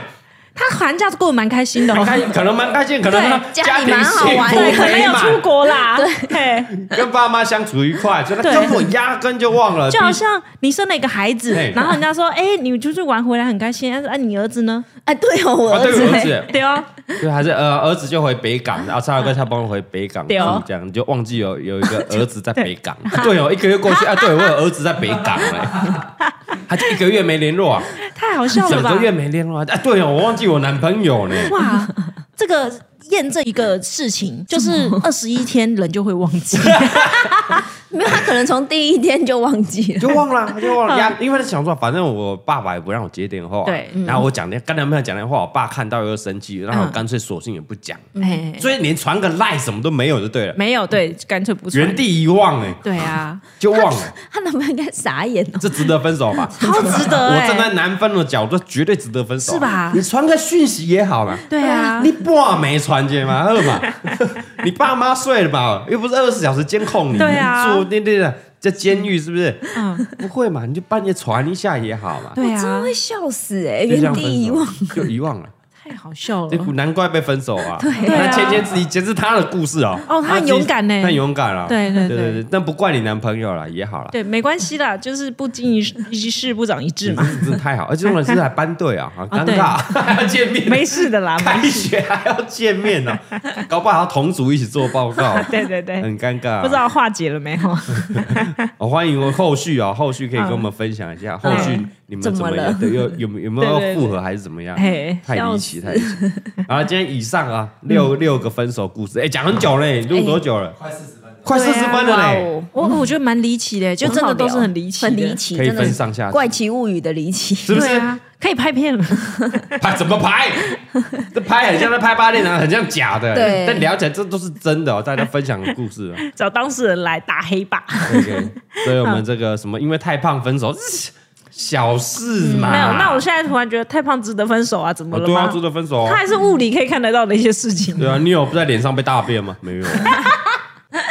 她寒假过得蛮开心的很哦，开可能蛮开心，可能他对家家里庭蛮幸好玩福的对，可能美有出满，国啦， 对。跟爸妈相处愉快，所以他对根本压根就忘了。就好像你生了一个孩子嘿，然后人家说：“哎、你出去玩回来很开心。”但是啊，你儿子呢？哎，对哦，我啊，儿对子我儿子，对哦，对还是呃儿子就回北 港，然后超哥他帮我回北港住对哦，这样你就忘记有有一个儿子在北 港。对哦，一个月过去啊，对我有儿子在北港嘞， 他就一个月没联络啊，太好笑整了吧个？月没联络啊，啊对哦，我忘记我男朋友呢。哇，这个验证一个事情，就是二十一天人就会忘 记。没有，他可能从第一天就忘记了。就忘了，就忘了 呀。因为他想说，反正我爸爸也不让我接电话，对嗯然后我讲电，跟男朋友讲电话，我爸看到又生气，然后我干脆索性也不讲，哎，所以连传个赖什么都没有就对了，没有，对，干脆不传原。地遗忘哎，对啊，就忘了，他男朋友应该傻眼哦，这值得分手吧？ 好值得我哎、站在男方的角度，绝对值得分手啊，是吧你传个讯息也好嘛。对啊，你爸没传接嘛，二 嘛，你爸妈睡了吧？又不是二十四小时监控你，对啊你住那那的在监狱是不是？嗯，不会嘛，你就半夜传一下也好嘛。对我真的啊，会笑死哎，就这原样分手地遗忘。，就遗忘了，太好笑这了。难怪被分手啊！对对啊前前自己前是他的故事哦。哦他很勇敢呢他很勇敢了。对对对对对对，但不怪你男朋友了，也好了。对，没关系啦，就是不经一一事不长一智 嘛，真的太好，而且重点是还班队啊，好尴尬，哦还要 见面，没事的啦。 开学还要见面 呢，搞不好还要同组一起做报告，对对对，很尴尬。不知道化解了 没有？哦，欢迎我后续嗯哦，后续可以跟我们分享一下，后续你们怎么样？对，有有有没有对对对复合还是怎么样嘿？太离奇，太离奇。然后今天以上啊，嗯六六个分手故事，哎，讲很久嘞，录多久了？快四十分，快四十分了哇嘞，哦，啊我我觉得蛮离奇的，就真的都是很离奇的，很离奇，可以真的分上下集怪奇物语的离奇。是不是对？啊，可以拍片了。 拍怎么拍？这拍很像在拍八点档，很像假的。对但聊起来这都是真的哦，大家分享的故事啊。找当事人来打黑吧。 OK，所以我们这个什么，因为太胖分手， 小事嘛。嗯没有，那我现在突然觉得太胖值得分手啊？怎么哦了啊对啊，吗值？得分手哦他。还是物理可以看得到的一些事情。对啊，你有在脸上被大便吗？没 有。啊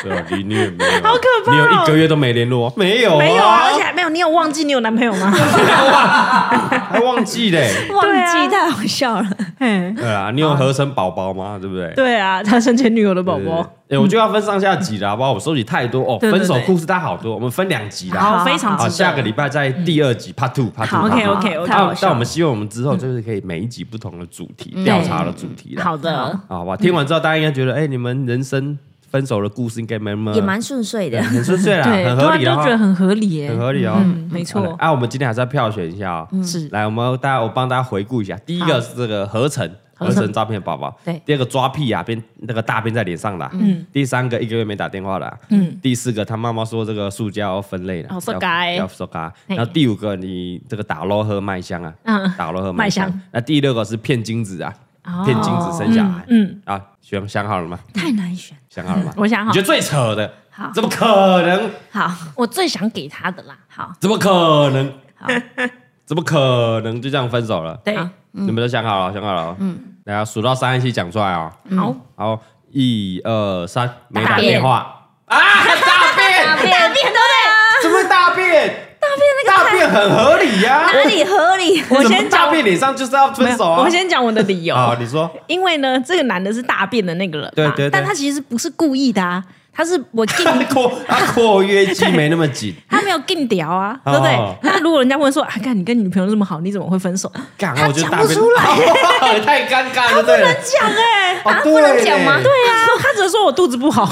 对啊，你你也没有。好可怕哦你有一个月都没联络？没有，没有啊，而且还没有。你有忘记你有男朋友吗？还忘记 嘞。 忘对啊记太好笑了， 嘿对啊，你有合成宝宝吗？对不对？对啊，他生前女友的宝对。宝。哎，我就要分上下集了，好不好？我收集太多哦，对分对对手故事它好多，我们分两集啦。好，非常好，值得。下个礼拜在第二集 Part Two Part Two。好 Part two ，OK，OK，OK 太好但笑但了我们希望我们之后就是可以每一集不同的主题调查的主题啦。嗯好的，好吧，啊听完之后大家应该觉得，哎，你们人生分手的故事应该没那么也蛮顺遂的。很顺遂啦， 对，啊很突合然理就啦，觉得很合理耶，很合理哦。嗯，没嗯好的错，啊，我们今天还是要票选一下哦。是来，我们大家我帮大家回顾一下，第一个是这个合成，儿神诈骗宝宝。对第二个抓屁啊，变那个大便在脸上的啊。第三个一个月没打电话了啊。第四个他妈妈说这个塑胶要分类了，哦塑要胶欸要塑胶。嘿然后第五个你这个打捞喝麦香啊嗯，打捞喝麦麦香香。那第六个是骗精子啊，哦骗精子生小孩。嗯啊，选想好了吗？太难选。想好了 吗？我想你好觉，得最扯的好，怎么可能？好，我最想给他的啦。好，怎么可能？ 怎么可能就这样分手了？对，好你们都想好了，想好了。嗯，大家数到三一起讲出来哦。好，好，一二三，没大打便电话啊！大便，大便 对啊不怎么会大便？大便很合理呀。对？哪里合理？ 我怎么先讲大便脸上就是要分手啊！我先讲我的理由，啊，你说因为呢，这个男的是大便的那个人嘛，对对对但他其实不是故意的啊，他是 我进括啊括约肌没那么紧，他没有更屌啊，哦对不对？那如果人家问说，啊，看你跟你女朋友这么好，你怎么会分手？干，他我就讲大不便出来， 太尴尬了，对不能讲哎、 哦，啊对不能讲吗嘞对啊，他只是说我肚子不好，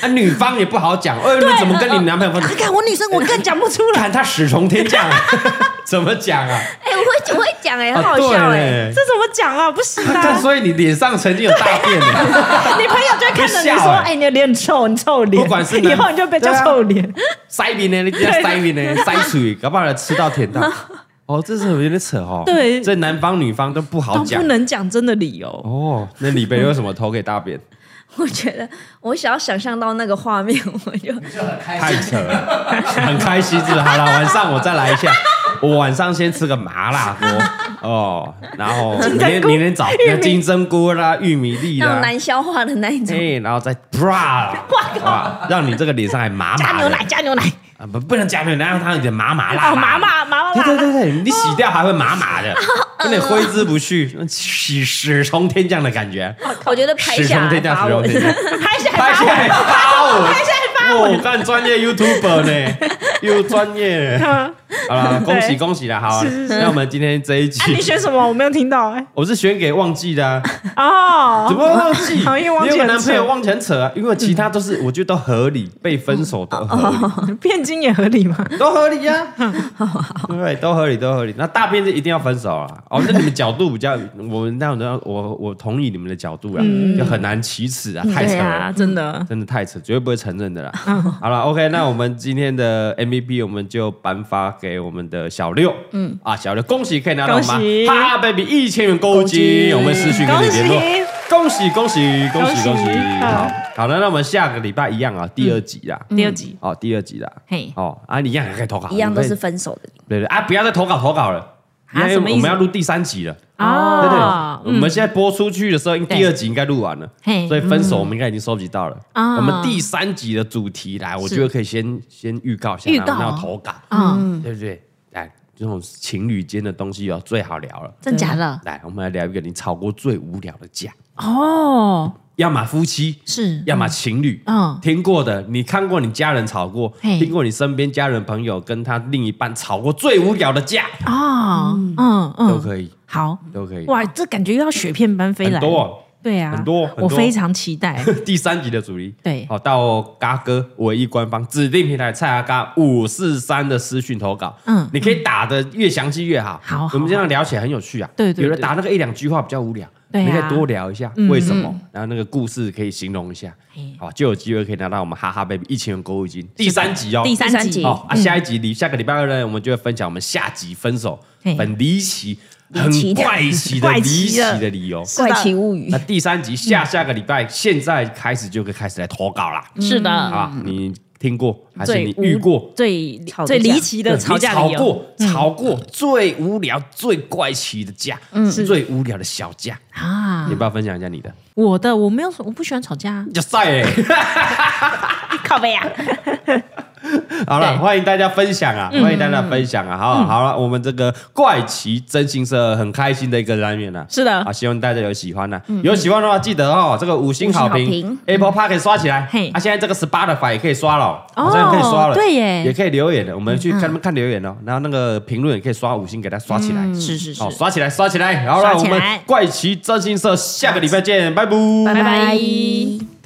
啊，女方也不好讲，哎，你们怎么跟你嗯们男朋友哎分手？看我女生我更讲不出来，看他史从天降，啊怎么讲啊？哎，我会我会讲哎，很啊好对笑哎。嘞 这怎么讲啊？不行看，啊！所以你脸上曾经有大便 呢，你朋友就会看着你会说笑：“欸哎、你的脸很臭，你臭脸。”不管是啊男以后你就被叫臭脸。塞鼻呢，你给他塞鼻呢，塞水，搞不好吃到甜 到。哦，这是有点扯哦。对这男方女方都不好都讲不。能讲真的理由，哦，那李贝为什么投给大 便？我觉得我只要想象到那个画面，我就啊哎太扯了，很开心是不是？好了，晚上我再来一下，我晚上先吃个麻辣锅哦，然后明天明天早那金针菇啦、玉米粒那种啦，难消化的那一种。哎，然后再 bra，哇，让你这个脸上还麻加麻牛的奶，哎加牛奶，啊，不不能加牛奶，让它有点麻麻辣哦，的麻。麻麻麻对辣对对对，你洗掉还会麻麻的，有点挥之不去，屎屎从天降的感觉，我觉得拍屎下从来天降，发屎从文，天降，拍下拍来下发来文，发我，拍下来发文我干专业 YouTuber 呢，又专业。 嗯好了，恭喜对恭喜啦！好啊是是，是那我们今天这一啊，你集，选什么？我没有听到哎、我是选给忘记的啊，哦，怎么会忘记？ 好因为忘记因为我很男朋友扯忘记很扯啊，因为其他都是我觉得都合理，被分手都合嗯理。变金也合理吗？都合理 呀、对，都合理，都合理。那大便是一定要分手啊！哦，那你们角度比较，我们那我我我同意你们的角度啊，就很难启齿啊，太扯嗯对了。啊，嗯真的。真的太扯，绝对不会承认的啦。好了，OK，那我们今天的 MVP 我们就颁发给我们的小六，嗯啊，小六，恭喜可以拿到我们恭喜哈哈 baby 一千元购物金，我们私讯跟你联络恭恭喜。喜恭喜恭喜恭恭喜喜！好好，嗯好了，那我们下个礼拜一样啊，第二集啦，第二集哦，第二集啦，嘿哦啊，你一样还可以投稿，一样都你是可以分手的。对对啊，不要再投稿投稿了，因啊为什么意我思啊们要录第三集了。哦对对，我嗯们现在播出去的时候，应第二集应该录完了嘿，所以分手我们应该已经收集到了。啊我们第三集的主题来，我觉得可以先先预告一下，预告然后要投稿，嗯，对不对？来，这种情侣间的东西哦，最好聊了。真假的来，我们来聊一个你吵过最无聊的架，哦，要么夫妻，是要么情侣。嗯听过的，你看过你家人吵过，嘿听过你身边家人朋友跟他另一半吵过最无聊的架，哦，嗯都嗯，可以，好都可以。哇，这感觉又要雪片般飞很来，多哦。 对啊，很多很多我非常期 待。第三集的主题，对好到嘎哥唯一官方指定平台蔡阿嘎五四三的私讯投稿，嗯你可以打的越详细越好，好好我们这样聊起来很有趣啊，对对有人对打那个一两句话比较无聊，对啊嗯你可以多聊一下为什么，然后那个故事可以形容一下，好就有机会可以拿到我们哈哈 baby 一千元购物金，第三集哦，第三第三集集哦啊，下一集离下个礼拜二呢，我们就会分享我们下集分手嘿很离奇、很离奇的怪奇的怪离奇奇的的理由，的怪奇物语那，第三集下下个礼拜，现在开始就可以开始来投稿啦，是好的，吧？你听过啊还是嗯最你遇过？最吵最架离奇的对吵你架吵理由，过，吵过最无聊、最怪奇的架，最无聊的小架，啊你，不要分享一下你的？我的我没有，我不喜欢吵架啊，就晒欸靠背啊， 好了，对欢迎大家分享啊，欢迎大家分享啊！好，好了，我们这个怪奇真心社很开心的一个单元了。是的啊，希望大家有喜欢呢、有喜欢的话记得哦，这个五星好五评星好评，Apple Park 可以刷起来。嘿啊，现在这个 Spotify 也可以刷了哦，哦好像可以刷了，对耶也可以留言的，我们去看他们看留言哦，然后那个评论也可以刷五星给它刷起来，是是是好，，刷起来，刷起来，好了，刷我起来们怪奇真心社下个礼拜见，拜拜。拜拜。